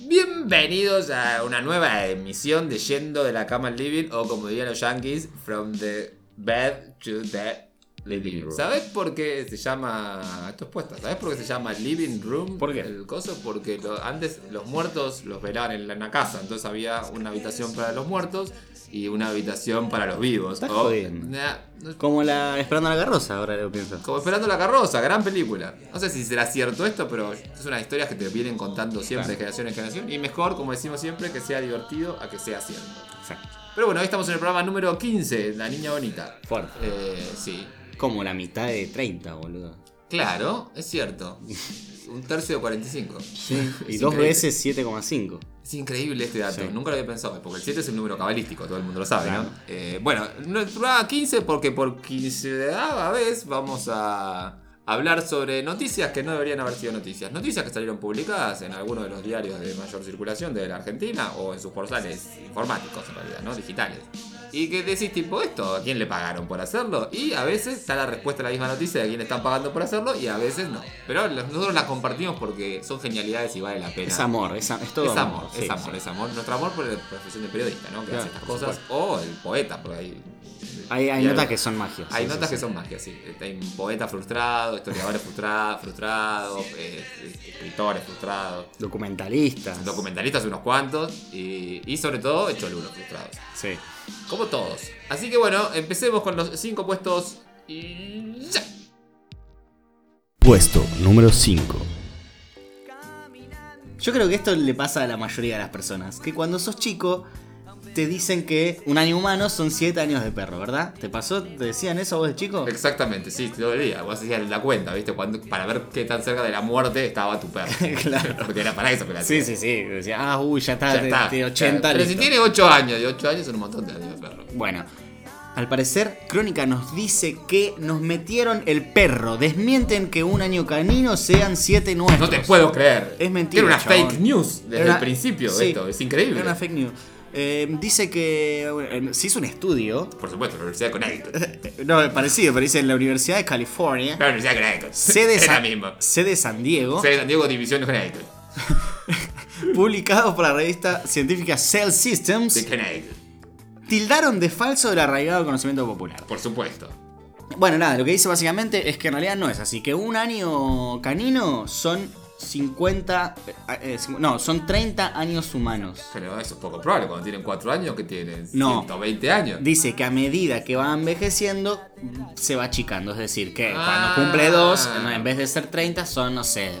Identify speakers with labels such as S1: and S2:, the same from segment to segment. S1: Bienvenidos a una nueva emisión de Yendo de la cama al living, o como dirían los yankees, From the bed to the living room. ¿Sabés por qué se llama. Esto es puesta, ¿sabés por qué se llama living room?
S2: ¿Por qué?
S1: El coso, porque lo- antes los muertos los velaban en la, en la casa, entonces había una habitación para los muertos y una habitación para los vivos.
S3: Estás
S1: O-
S3: jodiendo.
S1: Nah, no-
S3: Como la Esperando la Carroza, ahora lo pienso.
S1: como esperando la carroza, gran película. No sé si será cierto esto, pero es una historia que te vienen contando siempre de generación en generación. Y mejor, como decimos siempre, que sea divertido a que sea cierto.
S3: Exacto.
S1: Pero bueno, hoy estamos en el programa número 15, La Niña Bonita.
S3: Fuerte.
S1: Eh, sí.
S3: Como la mitad de 30, boludo.
S1: Claro, es cierto. Un tercio de 45.
S3: Y
S1: Es
S3: dos
S1: increíble.
S3: veces 7,5.
S1: Es increíble este dato,
S3: Sí.
S1: nunca lo había pensado, porque el 7 es un número cabalístico, todo el mundo lo sabe, ¿no?
S3: Claro.
S1: Eh, bueno, nuestro programa 15, porque por 15 vez vamos a hablar sobre noticias que no deberían haber sido noticias. Noticias que salieron publicadas en alguno de los diarios de mayor circulación de la Argentina o en sus portales informáticos, en realidad, ¿no? Digitales. Y que decís, tipo, esto, ¿a quién le pagaron por hacerlo? Y a veces está la respuesta a la misma noticia de quién le están pagando por hacerlo y a veces no. Pero nosotros las compartimos porque son genialidades y vale la pena
S3: Es amor, es, a- es todo
S1: es amor,
S3: sí,
S1: es amor,
S3: sí.
S1: es amor. Nuestro amor por la profesión de periodista, ¿no? Que
S3: Claro,
S1: hace estas
S3: por
S1: cosas. O el poeta, porque hay.
S3: Hay, hay
S1: y
S3: notas que son magias.
S1: Hay
S3: sí,
S1: notas
S3: sí,
S1: que
S3: sí.
S1: son magias, sí. Este, Hay poetas frustrados, historiadores frustrados, frustrados, eh, escritores frustrados,
S3: Documentalistas.
S1: documentalistas unos cuantos y, y sobre todo cholulos frustrados.
S3: Sí.
S1: Como todos. Así que bueno, empecemos con los cinco puestos y ya.
S4: Puesto número 5.
S3: Yo creo que esto le pasa a la mayoría de las personas. Que cuando sos chico, te dicen que un año humano son 7 años de perro, ¿verdad? ¿Te pasó? ¿Te decían eso vos de chico?
S1: Exactamente, sí, te lo diría. Vos hacías la cuenta, ¿viste? Cuando, para ver qué tan cerca de la muerte estaba tu perro.
S3: Claro.
S1: Porque era para eso que la
S3: Sí, sí, sí. Decía, ah, uy, ya está,
S1: Ya
S3: de-
S1: está.
S3: de 80
S1: Pero si
S3: listo.
S1: tiene 8 años, de 8 años son un montón de años, perro.
S3: Bueno, al parecer, Crónica nos dice que nos metieron el perro. Desmienten que un año canino sean 7 nuestros.
S1: No te puedo creer.
S3: Es mentira,
S1: Tiene una
S3: chabón.
S1: fake news desde
S3: Era-
S1: el principio
S3: sí.
S1: esto, es increíble.
S3: Era una fake news. Eh, dice que bueno, eh, se hizo un estudio.
S1: Por supuesto, la Universidad de Connecticut.
S3: eh, No, es parecido, pero dice en la Universidad de California.
S1: La Universidad de Connecticut.
S3: Sede,
S1: es la
S3: San,
S1: misma.
S3: sede San Diego,
S1: Sede de San Diego, División de Connecticut.
S3: publicado por la revista científica Cell Systems,
S1: De Connecticut,
S3: tildaron de falso el arraigado conocimiento popular.
S1: por supuesto.
S3: Bueno, nada, lo que dice básicamente es que en realidad no es así, que un año canino son 50... eh, eh, cincu- no, son 30 años humanos.
S1: Pero eso es poco probable. Cuando tienen 4 años, que tienen
S3: No.
S1: 120 años.
S3: Dice que a medida que va envejeciendo, se va achicando. Es decir, que
S1: Ah.
S3: cuando cumple 2, en vez de ser 30, son, no sé,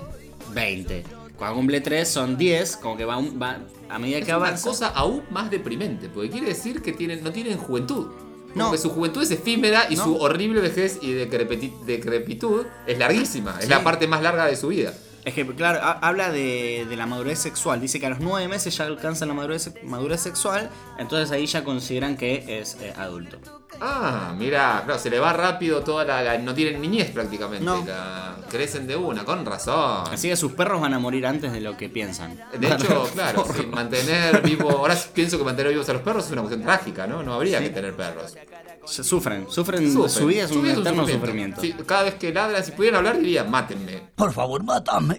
S3: 20. Cuando cumple 3, son 10. Como que va, un- va- a medida
S1: Es
S3: que
S1: una
S3: avanza.
S1: cosa aún más deprimente, porque quiere decir que tienen, no tienen juventud.
S3: No.
S1: Porque su juventud es efímera y
S3: No.
S1: su horrible vejez y decrepiti- decrepitud es larguísima. Es
S3: Sí.
S1: la parte más larga de su vida.
S3: Es que, claro, ha- habla de, de la madurez sexual. Dice que a los 9 meses ya alcanzan la madurez, madurez sexual. Entonces ahí ya consideran que es eh, adulto.
S1: Ah, mira, claro, se le va rápido toda la. la- no tienen niñez prácticamente.
S3: No.
S1: la- crecen de una, con razón.
S3: Así que sus perros van a morir antes de lo que piensan.
S1: De hecho, claro, sí, mantener vivo. Ahora pienso que mantener vivos a los perros es una cuestión trágica, ¿no? No habría que tener perros.
S3: Ya Sufren, sufren,
S1: Sufren.
S3: su vida es un eterno sufrimiento.
S1: sufrimiento. Sí, cada vez que ladran, si pudieran hablar, dirían, mátenme.
S4: Por favor, mátame.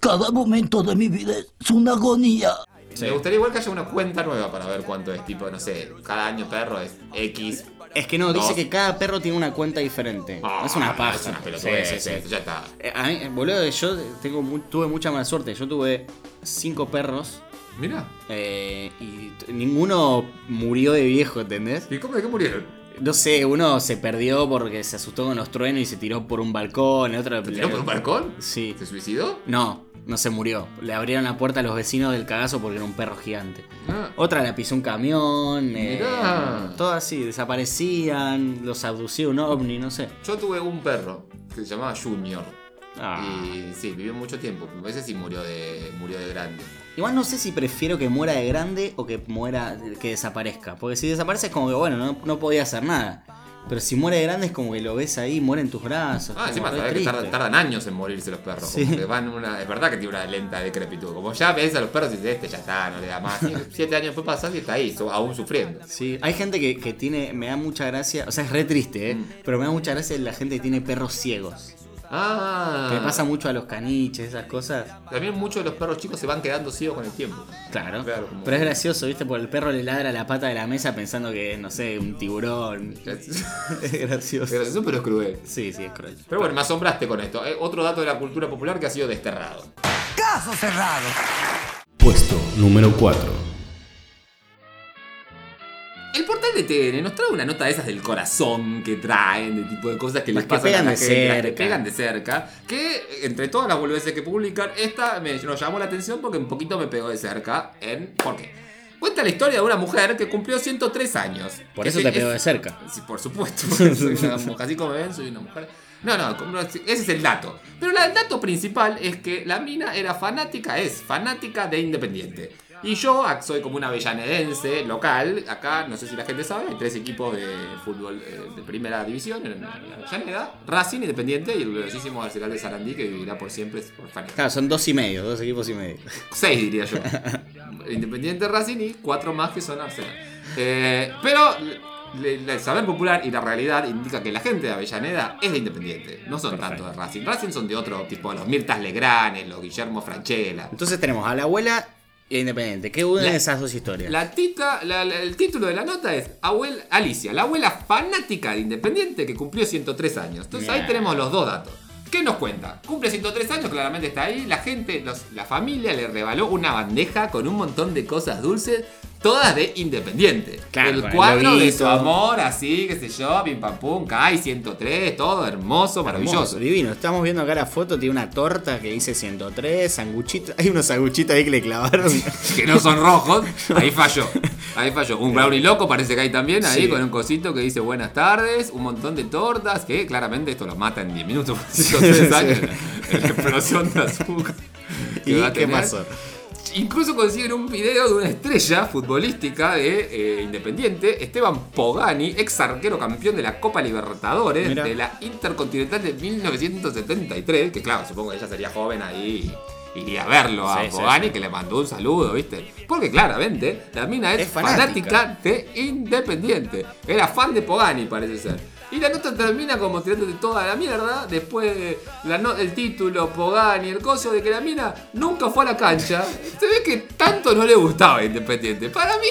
S4: Cada momento de mi vida es una agonía.
S1: Me gustaría igual que haya una cuenta nueva para ver cuánto es, tipo, no sé, cada año perro es X.
S3: Es que no,
S1: No.
S3: dice que cada perro tiene una cuenta diferente.
S1: Ah,
S3: es una paja.
S1: Es una pelotudez,
S3: Sí, sí, sí.
S1: es- ya está.
S3: Eh, A mí, eh, boludo, yo tengo mu- tuve mucha mala suerte. Yo tuve cinco perros
S1: Mira,
S3: eh, y t- ninguno murió de viejo, ¿entendés?
S1: ¿y cómo de qué murieron?
S3: No sé, uno se perdió porque se asustó con los truenos y se tiró por un balcón, el otro...
S1: ¿Se tiró por un balcón?
S3: Sí.
S1: ¿Se suicidó?
S3: No, no se murió. Le abrieron la puerta a los vecinos del cagazo porque era un perro gigante.
S1: Ah,
S3: Otra la pisó un camión, eh,
S1: Mirá.
S3: todo así, desaparecían, los abducía un ovni, no sé.
S1: Yo tuve un perro que se llamaba Junior.
S3: Ah.
S1: Y sí, vivió mucho tiempo. Ese sí murió de, murió de grande.
S3: Igual no sé si prefiero que muera de grande o que muera, que desaparezca. Porque si desaparece es como que, bueno, no, no podía hacer nada. Pero si muere de grande es como que lo ves ahí, muere en tus brazos.
S1: Ah,
S3: como
S1: encima
S3: re
S1: sabés que
S3: triste.
S1: tardan, tardan años en morirse los perros.
S3: Sí.
S1: Como que van una, es verdad que tiene una lenta decrepitud. Como ya ves a los perros y dices, este ya está, no le da más. Y siete años después pasas y está ahí, so- aún sufriendo.
S3: Sí, hay gente que,
S1: Mm.
S3: que tiene, me da mucha gracia, o sea, es re triste, ¿eh? Pero me da mucha gracia la gente que tiene perros ciegos.
S1: Ah.
S3: Que le pasa mucho a los caniches, esas cosas.
S1: También muchos de los perros chicos se van quedando ciegos con el tiempo.
S3: Claro.
S1: Claro, como-
S3: Pero es gracioso, ¿viste? Porque el perro le ladra la pata de la mesa pensando que es, no sé, un tiburón.
S1: Es
S3: es gracioso.
S1: gracioso, pero es cruel.
S3: Sí, sí, es cruel.
S1: Pero bueno, me asombraste con esto. Eh, otro dato de la cultura popular que ha sido desterrado.
S4: Caso cerrado.
S2: Puesto número 4.
S1: El portal de TN nos trae una nota de esas del corazón que traen, de tipo de cosas que les
S3: Las que
S1: pasan
S3: pegan
S1: a la
S3: de
S1: gente, las que
S3: cerca.
S1: pegan de cerca. Que entre todas las boludeces que publican, esta me, nos llamó la atención porque un poquito me pegó de cerca. En, ¿Por qué? Cuenta la historia de una mujer que cumplió 103 años.
S3: Por
S1: Que
S3: eso
S1: se-
S3: te
S1: es-
S3: pegó de cerca.
S1: Sí, por supuesto. porque soy una mujer. Así como me ven, soy una mujer. No, no, como- ese es el dato. Pero la- el dato principal es que la mina era fanática, es fanática de Independiente. Y yo ac- soy como una avellanedense local. Acá, no sé si la gente sabe, hay tres equipos de fútbol eh, de primera división en la- en la Avellaneda: Racing, Independiente y el gloriosísimo Arsenal de Sarandí, que vivirá por siempre por fanática.
S3: Claro, son dos y medio, dos equipos y medio.
S1: Seis, diría yo. Independiente Racing y cuatro más que son Arsenal. Eh, pero le- le- el saber popular y la realidad indica que la gente de Avellaneda es de Independiente. No son tanto de Racing. Racing son de otro tipo, los Mirtas Legranes, los Guillermo Franchella.
S3: Entonces tenemos a la abuela e Independiente. ¿Qué une
S1: La-
S3: esas dos historias?
S1: La tita, la- la- el título de la nota es Abuel, Alicia, la abuela fanática de Independiente que cumplió 103 años. Entonces ahí
S3: Bien.
S1: tenemos los dos datos. ¿Qué nos cuenta? Cumple 103 años, claramente está ahí. La gente, los- la familia le regaló una bandeja con un montón de cosas dulces, todas de Independiente.
S3: Claro,
S1: el
S3: con el
S1: cuadro de su
S3: loguito.
S1: amor, así, qué sé yo, pim pam pum, cae 103, todo hermoso, maravilloso.
S3: Hermoso, divino. Estamos viendo acá la foto, tiene una torta que dice 103, sanguchitos. Hay unos sanguchitos ahí que le clavaron.
S1: que no son rojos, ahí falló. Ahí falló. Un brownie loco parece que hay también, ahí
S3: Sí.
S1: con un cosito que dice buenas tardes, un montón de tortas, que claramente esto lo mata en 10 minutos, porque son tres años, la explosión de azúcar. que
S3: ¿Y
S1: va a
S3: qué
S1: tener.
S3: pasó?
S1: Incluso consiguen un video de una estrella futbolística de eh, Independiente, Esteban Pogani, ex arquero campeón de la Copa Libertadores
S3: Mirá.
S1: de la Intercontinental de 1973, que claro, supongo que ella sería joven ahí. y Iría a verlo a
S3: Sí, sí,
S1: Pogani,
S3: sí.
S1: que le mandó un saludo, ¿viste? Porque claramente la mina es,
S3: Es fanática.
S1: fanática de Independiente. Era fan de Pogani, parece ser. Y la nota termina como tirándote toda la mierda después de la no- el título, Pogani, el coso de que la mina nunca fue a la cancha. Se ve que tanto no le gustaba Independiente. Para mí,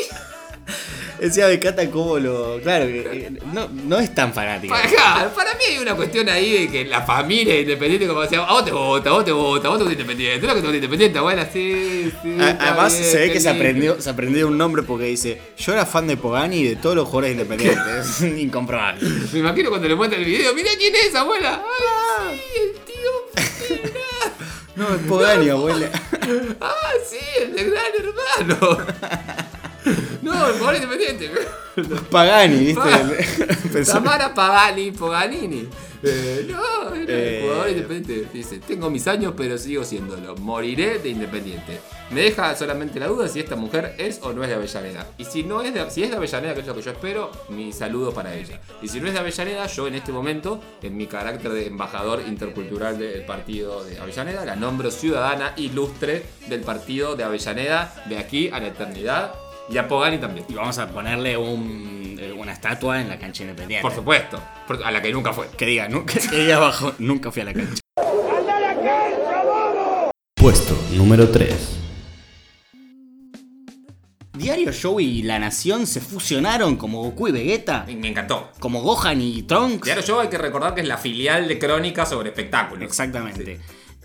S3: Decía me encanta cómo lo. Claro, que eh, no, no es tan fanático.
S1: para, acá, para mí hay una cuestión ahí de que la familia de Independiente, como decía, a vos te vota, a vos te vota, a vos te gusta Independiente, no que te gusta Independiente, abuela, sí, sí.
S3: A-
S1: está
S3: Además,
S1: bien,
S3: se ve
S1: qué
S3: que se
S1: lindo".
S3: aprendió, se aprendió un nombre porque dice: Yo era fan de Pogani y de todos los jugadores independientes. Es Incomprobable.
S1: Me imagino cuando le muestran el video, mirá quién es, abuela. Ay, sí, el tío. Pera.
S3: No, es Pogani, abuela.
S1: ¡Ah, sí! ¡El de gran hermano! No, el jugador independiente.
S3: Pagani, ¿viste? Pensó-
S1: Samara Pagani, Poganini. Eh, no, era
S3: Eh.
S1: el jugador independiente. Dice, tengo mis años pero sigo siéndolo. Moriré de independiente. Me deja solamente la duda si esta mujer es o no es de Avellaneda. Y si no es de, si es de Avellaneda, que es lo que yo espero, mi saludo para ella. Y si no es de Avellaneda, yo en este momento, en mi carácter de embajador intercultural del partido de Avellaneda, la nombro ciudadana ilustre del partido de Avellaneda de aquí a la eternidad. Y a Pogani también.
S3: Y vamos a ponerle un, eh, una estatua en la cancha independiente.
S1: Por supuesto, por- a la que nunca fue.
S3: Que diga, nunca, que diga abajo, nunca fui a la cancha.
S2: Puesto número 3.
S3: Diario Joey y La Nación se fusionaron como Goku y Vegeta,
S1: Y Me encantó.
S3: como Gohan y Trunks.
S1: Diario Show hay que recordar que es la filial de Crónica sobre espectáculos.
S3: Exactamente.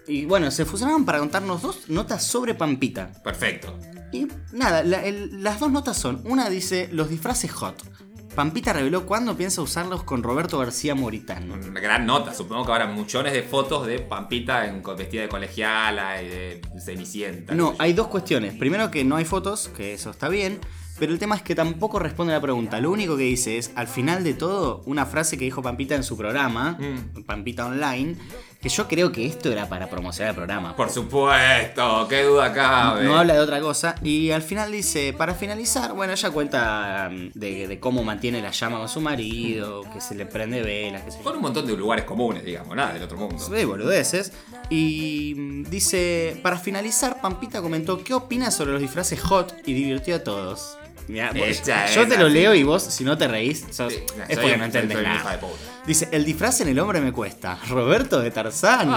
S3: Y bueno, se fusionaron para contarnos dos notas sobre Pampita.
S1: Perfecto.
S3: Y nada, la- el- las dos notas son, una dice los disfraces hot. Pampita reveló cuándo piensa usarlos con Roberto García Moritano.
S1: Una gran nota. Supongo que habrá muchones de fotos de Pampita en, co- vestida de colegiala y de Cenicienta.
S3: No, hay dos cuestiones. Primero que no hay fotos, que eso está bien, pero el tema es que tampoco responde a la pregunta. Lo único que dice es, al final de todo, una frase que dijo Pampita en su programa, Pampita Online, que yo creo que esto era para promocionar el programa.
S1: Por supuesto, qué duda cabe.
S3: No habla de otra cosa. Y al final dice, para finalizar, bueno, ella cuenta mm, de, de cómo mantiene la llama con su marido, que se le prende velas, que se
S1: Con un montón de lugares comunes, digamos, nada del otro mundo.
S3: de boludeces. Y mm, dice, para finalizar, Pampita comentó qué opina sobre los disfraces hot y divirtió a todos. Mirá, vos-
S1: Esta es
S3: yo te
S1: la-
S3: lo leo y vos, si no te reís, sos-
S1: Sí, soy
S3: es porque
S1: un-
S3: no entendés
S1: soy un hija
S3: nada.
S1: de puta.
S3: Dice, el disfraz en el hombre me cuesta. Roberto de Tarzán.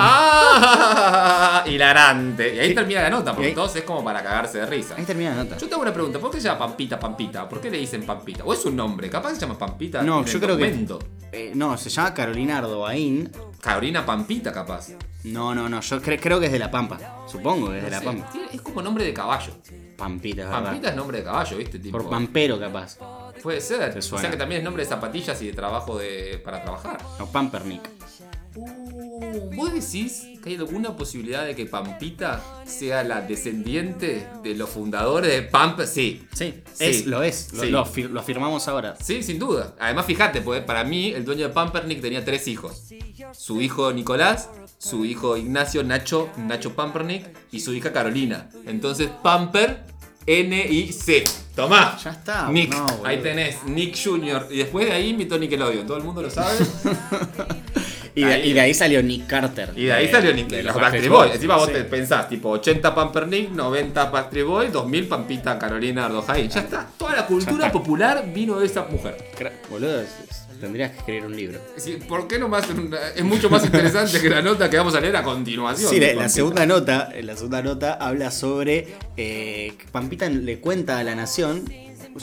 S1: ¡Ah! Hilarante. Y ahí termina la nota, porque
S3: Y ahí-
S1: todos es como para cagarse de risa.
S3: Ahí termina la nota.
S1: Yo tengo una pregunta, ¿por qué se llama Pampita Pampita? ¿Por qué le dicen Pampita? ¿O es un nombre? Capaz que se llama Pampita.
S3: No,
S1: en
S3: yo
S1: el
S3: creo que-
S1: documento.
S3: Eh, no, se llama Carolina Ardoaín.
S1: Carolina Pampita, capaz.
S3: No, no, no, yo cre- creo que es de La Pampa. Supongo que es de La
S1: Sí,
S3: Pampa.
S1: tiene- Es como nombre de caballo.
S3: Pampita, es
S1: Pampita
S3: verdad.
S1: es nombre de caballo, ¿viste? Tipo,
S3: Por pampero, capaz.
S1: puede ser.
S3: Te
S1: O
S3: suena.
S1: sea que también es nombre de zapatillas y de trabajo de, para trabajar.
S3: No, Pampernick.
S1: Uh, ¿Vos decís que hay alguna posibilidad de que Pampita sea la descendiente de los fundadores de Pampa? Sí.
S3: Sí,
S1: Sí.
S3: es, lo es. Lo,
S1: Sí.
S3: lo afir- lo afirmamos ahora.
S1: Sí, sin duda. Además, fíjate, pues para mí el dueño de Pampernick tenía tres hijos. Su hijo Nicolás, su hijo Ignacio Nacho, Nacho Pampernick y su hija Carolina. Entonces, Pamper N I C. Tomá.
S3: Ya está,
S1: Nick.
S3: no, boludo.
S1: ahí tenés, Nick Jr. Y después de ahí invitó a Nickelodeon. Todo el mundo lo sabe.
S3: Y de,
S1: Ahí-
S3: y de ahí salió Nick Carter.
S1: Y de ahí salió Nick,
S3: Eh, de
S1: los
S3: Backstreet
S1: Backstreet Boys.
S3: Boys,
S1: Encima vos
S3: sí.
S1: te pensás, tipo 80 Pampernick, 90 Backstreet Boys, 2000 Pampita Carolina Ardojain. Ya está. Toda la cultura popular vino de esa mujer.
S3: Cra- Boludo, es- es- tendrías que escribir un libro.
S1: Sí, ¿Por qué no más? una- Es mucho más interesante que la nota que vamos a leer a continuación.
S3: Sí, la, la
S1: Pampita.
S3: segunda nota, eh, la segunda nota habla sobre eh, que Pampita le cuenta a la nación.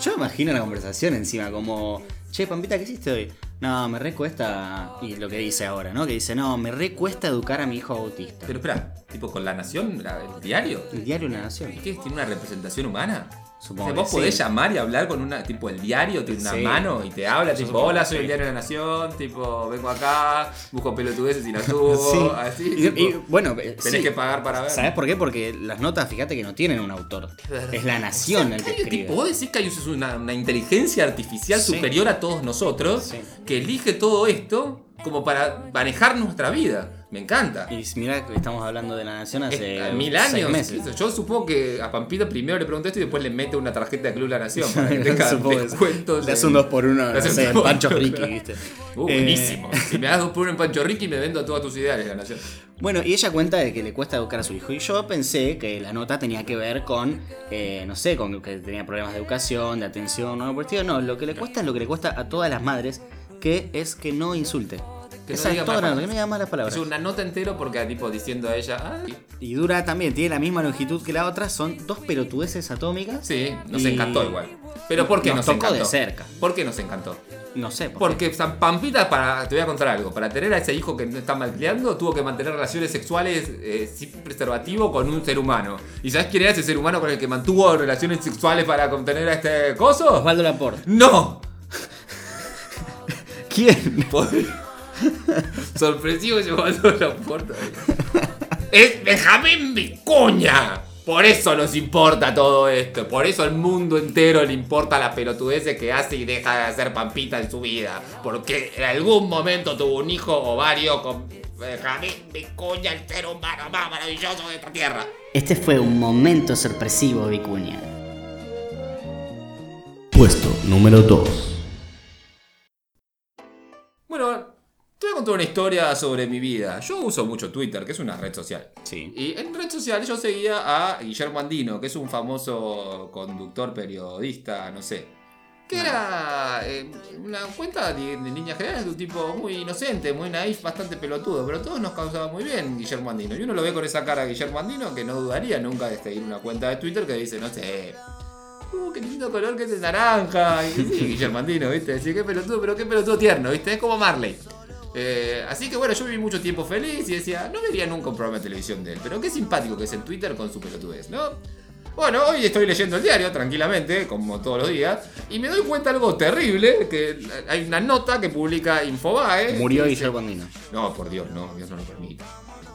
S3: Yo me imagino la conversación encima como, che, Pampita, ¿qué hiciste hoy? No, me recuesta y lo que dice ahora, ¿no? Que dice, no, me recuesta educar a mi hijo autista.
S1: Pero espera, tipo con La Nación, la- el diario.
S3: El diario La Nación.
S1: ¿Y ¿Qué tiene una representación humana?
S3: Supongo
S1: O sea,
S3: que
S1: vos podés
S3: sí.
S1: llamar y hablar con una, tipo el diario, tiene una
S3: Sí.
S1: mano y te habla, tipo,
S3: supongo
S1: hola,
S3: que
S1: soy
S3: sí.
S1: el diario de la nación, tipo, vengo acá, busco pelotudeces y las subo, así.
S3: Y-
S1: tipo,
S3: y, bueno, eh,
S1: tenés
S3: sí.
S1: que pagar para ver.
S3: ¿Sabés por qué? Porque las notas, fíjate que no tienen un autor. Es la nación el que
S1: Hay,
S3: escribe.
S1: tipo, vos decís que hay una, una inteligencia artificial
S3: Sí.
S1: superior a todos nosotros
S3: Sí.
S1: que elige todo esto como para manejar nuestra vida. Me encanta.
S3: Y mira, estamos hablando de la nación hace
S1: Es- Eh, mil
S3: seis
S1: años.
S3: meses.
S1: Yo supongo que a Pampita primero le pregunté esto y después le mete una tarjeta de Club La Nación para que tenga
S3: Supongo que sí.
S1: descuentos.
S3: Le
S1: en-
S3: hace un 2x1,
S1: Le
S3: no
S1: hace un
S3: sé, en
S1: dos por
S3: Pancho
S1: uno.
S3: Ricky, ¿viste?
S1: Uh,
S3: Eh,
S1: buenísimo. Si me das dos por uno en Pancho Ricky, me vendo todas tus ideales, La Nación.
S3: Eh, Bueno, y ella cuenta de que le cuesta educar a su hijo. Y yo pensé que la nota tenía que ver con, eh, no sé, con que tenía problemas de educación, de atención, no, por el estilo. No, lo que le cuesta es lo que le cuesta a todas las madres, que es que no insulte.
S1: Que no
S3: Esa
S1: diga
S3: es toda la
S1: malas
S3: nota, que no diga malas palabras.
S1: Es una nota entero porque, tipo, diciendo a ella. "Ah,
S3: Y dura también, tiene la misma longitud que la otra, son dos pelotudeces atómicas.
S1: sí, nos
S3: Y-
S1: encantó igual. Pero ¿por qué
S3: Nos
S1: nos,
S3: tocó
S1: encantó?
S3: de cerca.
S1: ¿Por qué nos encantó?
S3: No sé, por
S1: Porque San Pampita, para, te voy a contar algo, para tener a ese hijo que no está malcriando, tuvo que mantener relaciones sexuales eh, sin preservativo con un ser humano. ¿Y sabes quién era ese ser humano con el que mantuvo relaciones sexuales para contener a este coso?
S3: Osvaldo Laporte.
S1: ¡No!
S3: ¿Quién?
S1: Sorpresivo llevando la puerta. ¡Es Benjamín Vicuña! Por eso nos importa todo esto. Por eso al mundo entero le importa la pelotudez que hace y deja de hacer Pampita en su vida. Porque en algún momento tuvo un hijo o varios con Benjamín Vicuña, el ser humano más maravilloso de esta tierra.
S5: Este fue un momento sorpresivo, Vicuña.
S2: Puesto número 2.
S1: Bueno, te voy a contar una historia sobre mi vida. Yo uso mucho Twitter, que es una red social.
S3: Sí.
S1: Y en red social yo seguía a Guillermo Andino, que es un famoso conductor, periodista, no sé. Que era eh, una cuenta de, de líneas generales de un tipo muy inocente, muy naif, bastante pelotudo, pero a todos nos causaba muy bien Guillermo Andino. Y uno lo ve con esa cara a Guillermo Andino que no dudaría nunca de seguir una cuenta de Twitter que dice, no sé, Uh, qué lindo color que es el naranja. Y sí, Guillermandino, ¿viste? Decía, qué pelotudo, pero qué pelotudo tierno, ¿viste? Es como Marley. Eh, así que bueno, yo viví mucho tiempo feliz y decía, no vería nunca un programa de televisión de él, pero qué simpático que es en Twitter con su pelotudez, ¿no? Bueno, hoy estoy leyendo el diario tranquilamente, como todos los días, y me doy cuenta de algo terrible, que hay una nota que publica Infobae.
S3: Murió
S1: que dice-
S3: Guillermo Andino.
S1: no, por Dios, no, Dios no lo permite.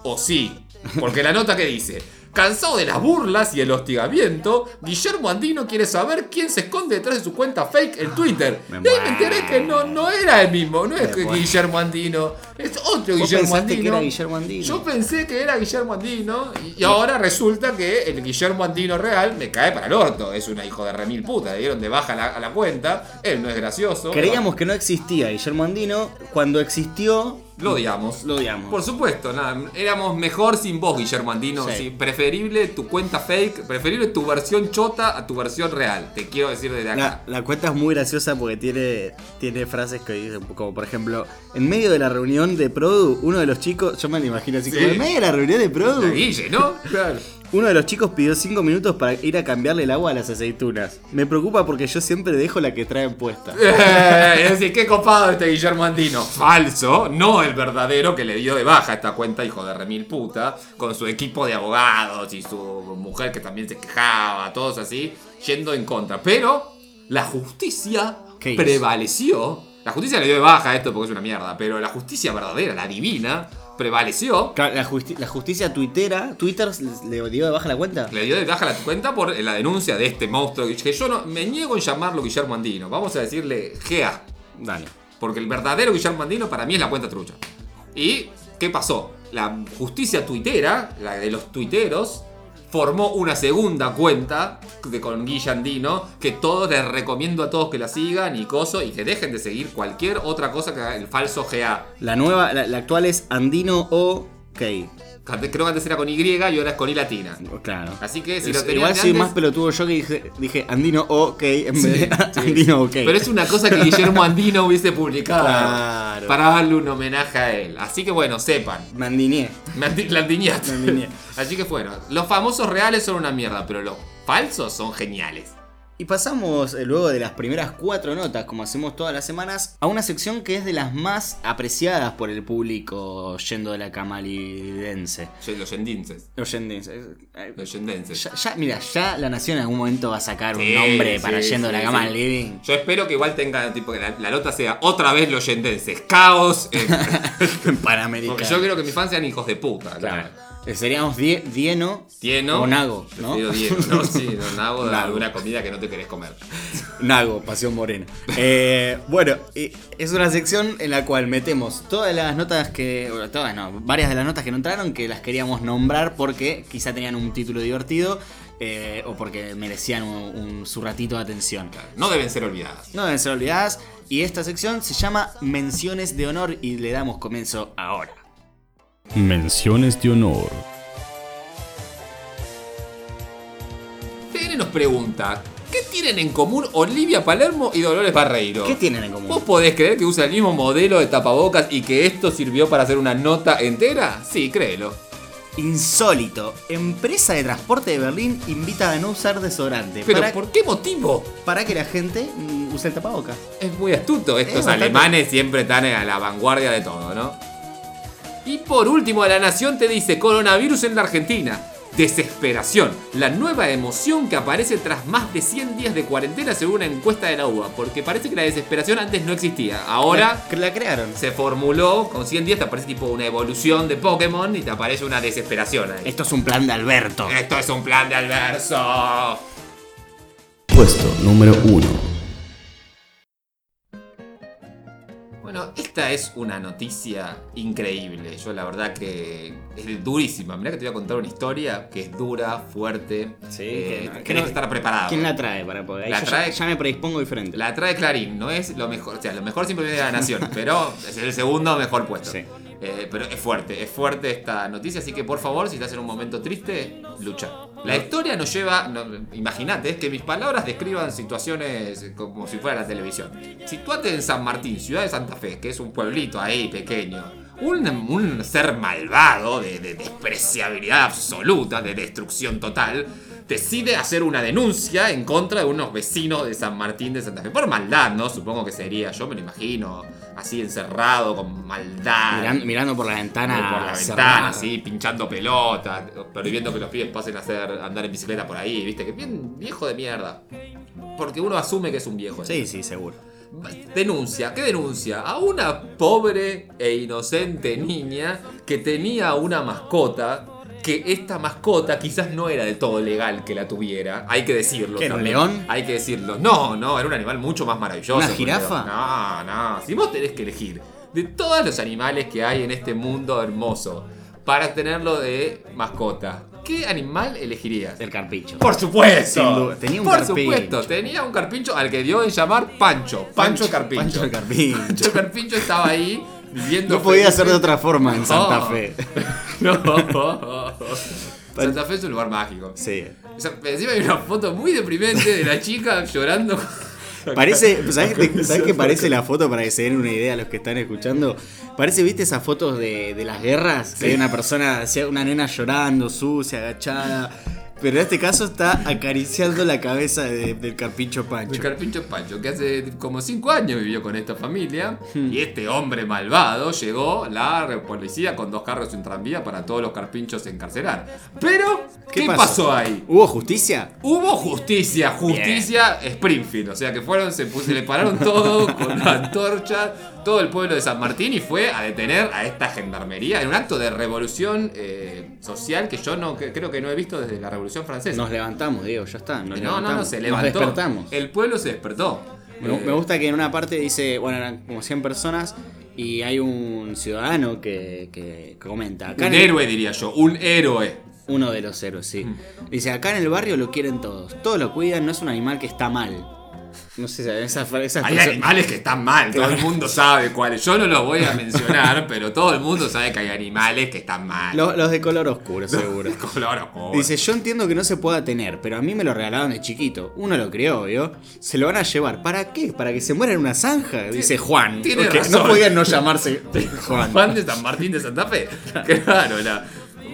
S1: O sí, porque la nota que dice, cansado de las burlas y el hostigamiento, Guillermo Andino quiere saber quién se esconde detrás de su cuenta fake en Twitter.
S3: Ah, Me
S1: y ahí me
S3: muero.
S1: enteré que no, no era el mismo, no es
S3: Me
S1: que
S3: muero.
S1: Guillermo Andino, es otro
S3: ¿Vos
S1: Guillermo
S3: pensaste
S1: Andino.
S3: que era Guillermo Andino?
S1: Yo pensé que era Guillermo Andino y- y ahora resulta que el Guillermo Andino real me cae para el orto. Es una hijo de remil puta, le dieron de baja la- a la cuenta, él no es gracioso.
S3: Creíamos que no existía Guillermo Andino. Cuando existió,
S1: Lo odiamos.
S3: Lo odiamos.
S1: Por supuéramos. supuesto, nada, éramos mejor sin vos, Guillermo Andino.
S3: Sí.
S1: sí, preferible tu cuenta fake, preferible tu versión chota a tu versión real. Te quiero decir desde
S3: La,
S1: acá.
S3: la cuenta es muy graciosa porque tiene, tiene frases que dicen, como por ejemplo, en medio de la reunión de Produ, uno de los chicos, yo me lo imagino así,
S1: Sí.
S3: como en medio de la reunión de
S1: La
S3: Produ,
S1: Guille, ¿no? Claro.
S3: uno de los chicos pidió 5 minutos para ir a cambiarle el agua a las aceitunas. Me preocupa porque yo siempre dejo la que traen puesta.
S1: Eh, es decir, qué copado este Guillermo Andino. Falso, no el verdadero que le dio de baja esta cuenta, hijo de remil puta, con su equipo de abogados y su mujer que también se quejaba, todos así, yendo en contra. Pero la justicia
S3: ¿Qué hizo?
S1: prevaleció. La justicia le dio de baja esto porque es una mierda, pero la justicia verdadera, la divina, prevaleció.
S3: Claro, La, justi- la justicia tuitera, Twitter le dio de baja la cuenta.
S1: Le dio de baja la cuenta por la denuncia de este monstruo que yo no me niego en llamarlo Guillermo Andino. Vamos a decirle Gea.
S3: Dale.
S1: Porque el verdadero Guillermo Andino para mí es la cuenta trucha. ¿Y qué pasó? La justicia tuitera, la de los tuiteros, formó una segunda cuenta de- con Guille Andino que todos les recomiendo a todos que la sigan y coso y que dejen de seguir cualquier otra cosa que haga el falso GA.
S3: La nueva, la, la actual es Andino OK.
S1: Que antes- Creo que antes era con Y y ahora es con I latina.
S3: Claro.
S1: Así que si
S3: Es-
S1: lo tenían
S3: igual
S1: de
S3: soy
S1: antes-
S3: más pelotudo yo que dije, dije Andino OK en vez de
S1: sí.
S3: Andino OK.
S1: Pero es una cosa que Guillermo Andino hubiese publicado
S3: Claro.
S1: para darle un homenaje a él. Así que bueno, sepan.
S3: Mandiné.
S1: Me andi- la andiñaste.
S3: Me andiñé.
S1: Así que bueno, los famosos reales son una mierda, pero los falsos son geniales.
S3: Y pasamos eh, luego de las primeras cuatro notas, como hacemos todas las semanas, a una sección que es de las más apreciadas por el público yendo de la camalidense.
S1: Ye- Los yendinses.
S3: Oyendense. eh, eh,
S1: Los yendenses.
S3: Ya, ya- mira, ya la nación en algún momento va a sacar un
S1: Sí,
S3: nombre
S1: sí,
S3: para yendo
S1: sí,
S3: de la
S1: sí.
S3: cama al living.
S1: Yo espero que igual tenga tipo que la, la nota sea otra vez los yendenses. Caos. eh,
S3: Panamericano.
S1: porque yo creo que mis fans sean hijos de puta.
S3: Claro.
S1: claro.
S3: Eh, Seríamos die- Dieno
S1: Tieno.
S3: o Nago, ¿no?
S1: Prefiero Diego, ¿no? Sí, no, Nago de
S3: Nago.
S1: alguna comida que no te querés comer.
S3: Nago, Pasión Morena. Eh, bueno, eh, es una sección en la cual metemos todas las notas que. bueno, todas no, varias de las notas que no entraron que las queríamos nombrar porque quizá tenían un título divertido eh, o porque merecían un- un- su ratito de atención.
S1: Claro, No deben ser olvidadas.
S3: No deben ser olvidadas. Y esta sección se llama Menciones de Honor y le damos comienzo ahora.
S2: Menciones de honor.
S1: TN nos pregunta, ¿qué tienen en común Olivia Palermo y Dolores Barreiro?
S3: ¿Qué tienen en común?
S1: ¿Vos podés creer que usa el mismo modelo de tapabocas y que esto sirvió para hacer una nota entera? Sí, créelo.
S3: Insólito. Empresa de transporte de Berlín invita a no usar desodorante.
S1: Pero
S3: para,
S1: ¿por qué motivo?
S3: para que la gente mm, use el tapabocas.
S1: Es muy astuto. Estos
S3: bastante.
S1: alemanes siempre están a la vanguardia de todo, ¿no? Y por último, La Nación te dice coronavirus en la Argentina. Desesperación, la nueva emoción que aparece tras más de 100 días de cuarentena según una encuesta de la UBA, porque parece que la desesperación antes no existía. Ahora
S3: La, la crearon.
S1: se formuló, con 100 días te aparece tipo una evolución de Pokémon y te aparece una desesperación ahí.
S3: Esto es un plan de Alberto.
S1: Esto es un plan de alverso.
S2: Puesto número 1.
S1: Bueno, esta es una noticia increíble. Yo la verdad que es durísima. Mirá que te voy a contar una historia que es dura, fuerte.
S3: Sí,
S1: Eh,
S3: que no- que
S1: tenés
S3: no-
S1: que estar preparado.
S3: ¿Quién la trae para poder? ahí
S1: ah, La
S3: yo ya-
S1: trae-
S3: Ya, me predispongo diferente.
S1: La trae Clarín, no es lo mejor. O sea, lo mejor siempre viene de la nación, pero es el segundo mejor puesto.
S3: Sí.
S1: Eh, pero es fuerte, es fuerte esta noticia, así que por favor, si estás en un momento triste, lucha. La historia nos lleva, no, imagínate, es que mis palabras describan situaciones como si fuera la televisión. Situate en San Martín, ciudad de Santa Fe, que es un pueblito ahí pequeño. Un, un ser malvado de, de despreciabilidad absoluta, de destrucción total, decide hacer una denuncia en contra de unos vecinos de San Martín de Santa Fe. Por maldad, ¿no? Supongo que sería, yo me lo imagino, así encerrado, con maldad.
S3: Miran- mirando por la ventana.
S1: Por la
S3: cerrada.
S1: ventana, así, pinchando pelotas, prohibiendo que los pibes pasen a hacer andar en bicicleta por ahí, viste, que bien viejo de mierda. Porque uno asume que es un viejo.
S3: Sí, sí, seguro.
S1: Denuncia, ¿qué denuncia? A una pobre e inocente niña que tenía una mascota, que esta mascota quizás no era del todo legal que la tuviera, hay que decirlo.
S3: ¿Qué era, un
S1: también.
S3: león?
S1: Hay que decirlo. No, no, era un animal mucho más maravilloso.
S3: ¿Una
S1: que un
S3: jirafa?
S1: león. No, no, si vos tenés que elegir de todos los animales que hay en este mundo hermoso para tenerlo de mascota, ¿qué animal elegirías?
S3: El carpicho.
S1: Por supuesto.
S3: Sin duda. Tenía un
S1: Por
S3: carpincho.
S1: supuesto, tenía un carpincho al que dio en llamar Pancho. Pancho, Carpincho.
S3: Pancho el carpincho.
S1: Pancho Carpincho estaba ahí viviendo.
S3: No podía
S1: feliz.
S3: ser de otra forma en Santa
S1: No.
S3: Fe.
S1: No. Santa Fe es un lugar mágico.
S3: Sí.
S1: O sea, encima hay una foto muy deprimente de la chica llorando.
S3: Parece, ¿sabes, qué- sabes qué parece la foto para que se den una idea a los que están escuchando? Parece, ¿viste esas fotos de, de las guerras? Que hay una persona, una nena llorando, sucia, agachada. Pero en este caso está acariciando la cabeza de- del carpicho
S1: El
S3: Pancho.
S1: carpincho Pancho, que hace como 5 años vivió con esta familia.
S3: Hmm.
S1: Y este hombre malvado llegó, la policía, con dos carros y un tranvía para todos los carpinchos encarcelar. Pero, ¿qué, pasó? ahí?
S3: ¿Hubo justicia?
S1: Hubo justicia, justicia Springfield. O sea que fueron, se, pus- se le pararon todo con la antorcha, todo el pueblo de San Martín y fue a detener a esta gendarmería en un acto de revolución eh, social que yo no que- creo que no he visto desde la Revolución Francesa.
S3: Nos levantamos, Diego, ya está. Nos
S1: no, no, no,
S3: levantamos.
S1: se levantó.
S3: Nos despertamos.
S1: El pueblo se despertó.
S3: Me,
S1: Eh,
S3: me gusta que en una parte dice, bueno, eran como 100 personas y hay un ciudadano que, que comenta. Acá
S1: Un
S3: en el-
S1: héroe, diría yo, un héroe.
S3: Uno de los héroes, sí.
S1: Mm.
S3: Dice, acá en el barrio lo quieren todos. Todos lo cuidan, no es un animal que está mal. No sé, esa, fra- esa
S1: Hay
S3: frase-
S1: animales que están mal, todo el mundo sabe cuáles. Yo no los voy a mencionar, pero todo el mundo sabe que hay animales que están mal.
S3: Lo- los de color oscuro, seguro.
S1: Color oscuro.
S3: Dice, yo entiendo que no se pueda tener, pero a mí me lo regalaron de chiquito. Uno lo crió, obvio. Se lo van a llevar. ¿Para qué? ¿Para que se muera en una zanja? Dice Juan.
S1: tiene
S3: Porque
S1: razón.
S3: No podían no llamarse Juan.
S1: Juan de San Martín de Santa Fe. Claro, la.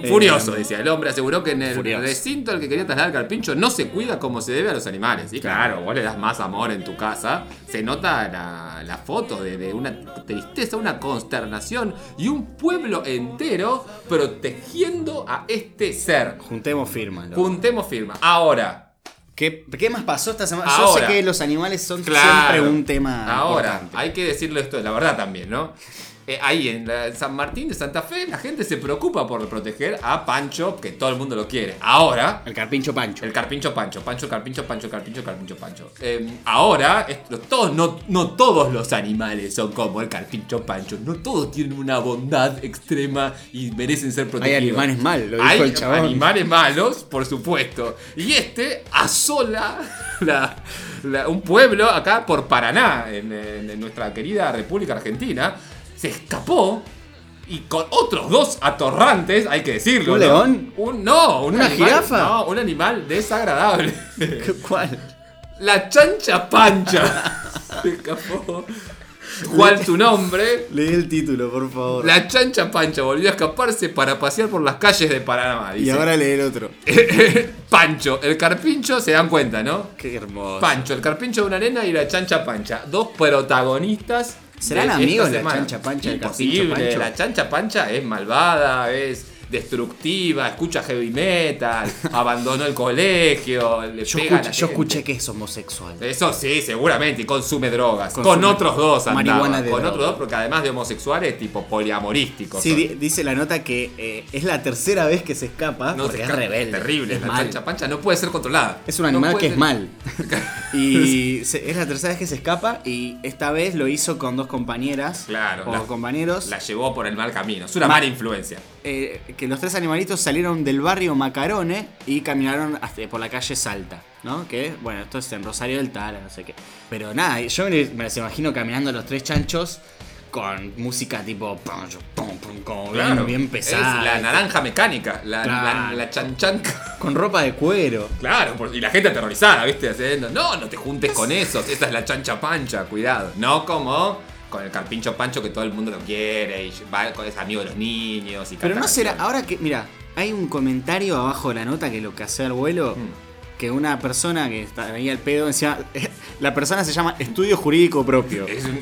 S1: Furioso, decía el hombre, aseguró que en el
S3: Furioso.
S1: recinto al que quería trasladar al carpincho no se cuida como se debe a los animales. Y claro, vos le das más amor en tu casa. Se nota la, la foto de, de una tristeza, una consternación y un pueblo entero protegiendo a este ser.
S3: Juntemos firmas. loco.
S1: Juntemos firma. Ahora,
S3: ¿Qué, qué más pasó esta semana? Yo
S1: Ahora.
S3: sé que los animales son
S1: claro.
S3: siempre un tema
S1: Ahora,
S3: importante.
S1: hay que decirlo esto, la verdad también, ¿no? Eh, ahí en la- en San Martín de Santa Fe, la gente se preocupa por proteger a Pancho, que todo el mundo lo quiere. Ahora,
S3: El carpincho pancho.
S1: el carpincho Pancho, Pancho, carpincho, Pancho, carpincho, carpincho, Pancho. Eh, ahora, esto- todos, no, no todos los animales son como el carpincho Pancho. No todos tienen una bondad extrema y merecen ser
S3: Hay
S1: protegidos.
S3: animales mal, lo dijo
S1: Hay
S3: el chabón.
S1: animales malos, por supuesto. Y este asola la- la- un pueblo acá por Paraná, en, en- en nuestra querida República Argentina. Se escapó y con otros dos atorrantes, hay que decirlo.
S3: ¿Un
S1: ¿no?
S3: león?
S1: Un- no, un
S3: ¿Una
S1: animal-
S3: jirafa?
S1: No, un animal desagradable.
S3: ¿Cuál?
S1: La chancha pancha. Se escapó. ¿Cuál tu nombre?
S3: Leí el título, por favor.
S1: La chancha pancha volvió a escaparse para pasear por las calles de Paraná.
S3: Y
S1: Dice.
S3: ahora leí el otro.
S1: Pancho, el carpincho, se dan cuenta, ¿no?
S3: Qué hermoso.
S1: Pancho, el carpincho de una nena y la chancha pancha. Dos protagonistas.
S3: ¿Serán
S1: de esta
S3: amigos la
S1: semana.
S3: chancha pancha y el carpincho
S1: Imposible,
S3: pancho?
S1: La chancha pancha es malvada, es destructiva, escucha heavy metal, abandonó el colegio, le
S3: yo
S1: pega a la
S3: escuché, yo
S1: gente.
S3: escuché que es homosexual.
S1: Eso sí, seguramente, y consume drogas.
S3: Consume
S1: con otros dos andaba,
S3: marihuana de
S1: Con
S3: droga.
S1: otros dos, porque además de homosexuales, tipo poliamorísticos.
S3: Sí,
S1: son.
S3: di- dice la nota que eh, es la tercera vez que se escapa
S1: No,
S3: ah, porque
S1: se
S3: es
S1: escapa,
S3: rebelde.
S1: Terrible,
S3: es
S1: la
S3: mal.
S1: chancha pancha no puede ser controlada.
S3: Es un
S1: No
S3: animal
S1: puede
S3: que es
S1: ser-
S3: mal. Y se- es la tercera vez que se escapa y esta vez lo hizo con dos compañeras
S1: Claro,
S3: o
S1: la-
S3: compañeros.
S1: La llevó por el mal camino. Es una
S3: Ma-
S1: mala influencia.
S3: eh, que los tres animalitos salieron del barrio Macarone y caminaron hasta por la calle Salta, ¿no? Que, bueno, esto es en Rosario del Tala, no sé qué. Pero nada, yo me, me los imagino caminando los tres chanchos con música tipo... pum, pum, pum, como bien-
S1: Claro,
S3: bien pesada.
S1: Es la naranja mecánica, la,
S3: Claro.
S1: la, la chanchanca.
S3: Con ropa de cuero.
S1: Claro, por- y la gente aterrorizada, ¿viste? Haciendo, no, no te juntes con esos. Esta es la chancha pancha, cuidado. No como con el carpincho pancho que todo el mundo lo quiere y va con es amigo de los niños y
S3: Pero
S1: canta
S3: no será,
S1: canciones.
S3: Ah. ahora que, mira, hay un comentario abajo de la nota que lo que hace al vuelo, que una persona que está ahí al pedo, encima, la persona se llama Estudio Jurídico Propio.
S1: Es un-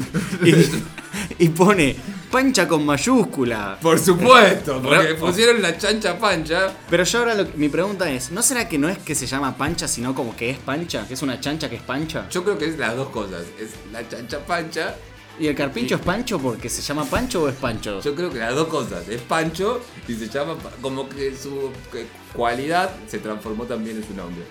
S3: y, y pone pancha con mayúscula.
S1: por supuesto, porque
S3: Re-
S1: pusieron la chancha pancha.
S3: Pero yo ahora lo que- mi pregunta es, ¿no será que no es que se llama pancha, sino como que es pancha? ¿Que es una chancha que es pancha?
S1: Yo creo que es las dos cosas. Es la chancha pancha
S3: ¿Y el carpincho es pancho porque se llama pancho o es pancho?
S1: Yo creo que las dos cosas. Es Pancho y se llama. Pa- Como que su que cualidad se transformó también en su nombre.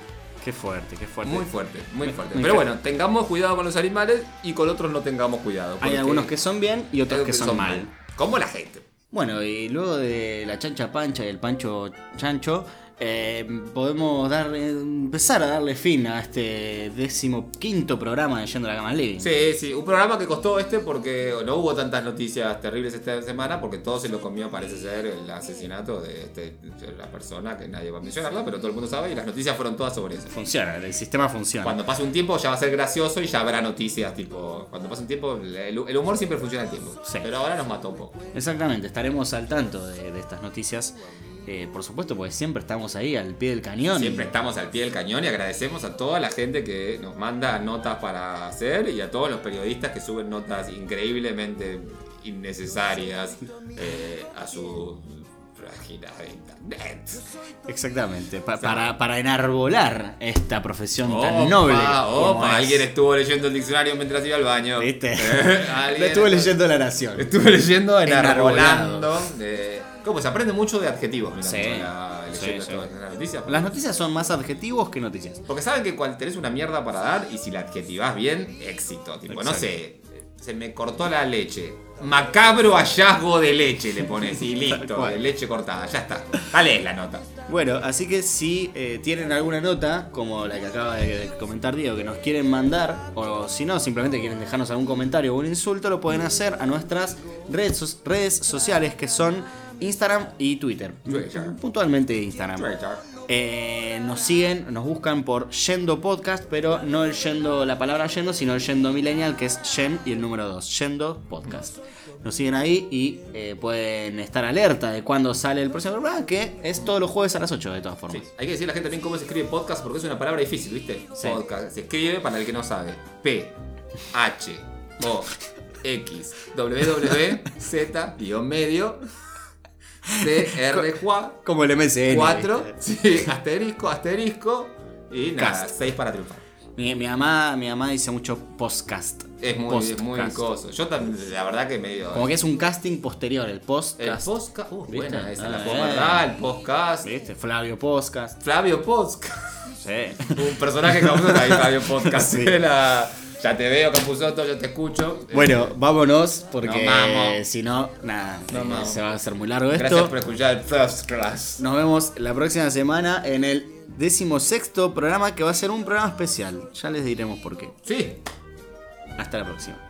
S3: Qué fuerte, qué fuerte.
S1: Muy fuerte, muy fuerte.
S3: muy
S1: Pero
S3: fuerte.
S1: bueno, tengamos cuidado con los animales y con otros no tengamos cuidado.
S3: Hay
S1: porque
S3: algunos que son bien y
S1: hay
S3: otros que son, mal.
S1: Como la gente.
S3: Bueno, y luego de la chancha pancha y el pancho chancho, eh, podemos dar, empezar a darle fin a este decimoquinto programa de Yendo a la Cama al Living.
S1: Sí, sí, un programa que costó este porque no hubo tantas noticias terribles esta semana porque todo se lo comió, parece ser, el asesinato de, este- de la persona que nadie va a mencionarla, pero todo el mundo sabe y las noticias fueron todas sobre eso.
S3: Funciona, el sistema funciona.
S1: Cuando pase un tiempo ya va a ser gracioso y ya habrá noticias, tipo, cuando pase un tiempo, el, el humor siempre funciona al tiempo.
S3: Sí.
S1: Pero ahora nos mató un poco.
S3: Exactamente, estaremos al tanto de, de estas noticias. Eh, por supuesto, porque siempre estamos ahí al pie del cañón.
S1: Siempre estamos al pie del cañón y agradecemos a toda la gente que nos manda notas para hacer y a todos los periodistas que suben notas increíblemente innecesarias eh, a su página de internet.
S3: Exactamente, pa- para, para enarbolar esta profesión
S1: Opa,
S3: tan noble.
S1: opa,
S3: como es.
S1: alguien estuvo leyendo el diccionario mientras iba al baño.
S3: ¿Viste?
S1: alguien-
S3: Lo estuve leyendo la nación.
S1: Estuve leyendo enarbolando.
S3: Enarbolado.
S1: eh, ¿Cómo se aprende mucho de adjetivos? mirá,
S3: Sí.
S1: con la-
S3: Sí,
S1: leyendo
S3: sí.
S1: todas las noticias.
S3: Las noticias son más adjetivos que noticias.
S1: Porque saben que cuando tenés una mierda para dar y si la adjetivas bien, éxito. Tipo, no
S3: Exacto.
S1: sé, se me cortó la leche. Macabro hallazgo de leche le pones y listo,
S3: cual.
S1: de leche cortada, ya está. Dale la nota.
S3: Bueno, así que si eh, tienen alguna nota, como la que acaba de de comentar Diego, que nos quieren mandar, o si no, simplemente quieren dejarnos algún comentario o un insulto, lo pueden hacer a nuestras redes, so- redes sociales, que son Instagram y Twitter.
S1: Twitter.
S3: Puntualmente Instagram. Eh, nos siguen, nos buscan por Yendo Podcast, pero no el Yendo, la palabra Yendo, sino el Yendo Millennial, que es Yen y el número 2, Yendo Podcast. Nos siguen ahí y eh, pueden estar alerta de cuándo sale el próximo programa, que es todos los jueves a las 8 de todas
S1: Sí,
S3: formas.
S1: hay que decir a la gente también cómo se escribe podcast porque es una palabra difícil, ¿viste?
S3: Sí.
S1: Podcast. Se escribe para el que no sabe. P, H, O, X, W, Z, guión medio, C, R, J,
S3: Como el MSN.
S1: 4,
S3: ¿viste?
S1: sí, asterisco, asterisco y nada,
S3: Cast.
S1: 6 para triunfar.
S3: Mi, mi mamá, mi mamá dice mucho podcast.
S1: Es muy, es muy
S3: Postcast.
S1: coso. Yo también, la verdad que medio. eh,
S3: Como que es un casting posterior, el
S1: el
S3: podcast.
S1: podcast. Uh,
S3: ¿Viste?
S1: buena, esa es la
S3: Ah,
S1: forma
S3: eh.
S1: real, podcast.
S3: ¿Viste? Flavio Podcast.
S1: Flavio Podcast.
S3: Sí.
S1: Un personaje que vamos a ahí, Flavio Podcast.
S3: Sí.
S1: La- Ya te veo, Capuzoto, yo te escucho.
S3: Bueno, vámonos porque
S1: Este, Nos vamos.
S3: si no, nada,
S1: Nos
S3: eh,
S1: vamos.
S3: se va a hacer muy largo
S1: Gracias
S3: esto.
S1: por escuchar el First Class.
S3: Nos vemos la próxima semana en el decimosexto programa que va a ser un programa especial. Ya les diremos por qué.
S1: Sí.
S3: Hasta la próxima.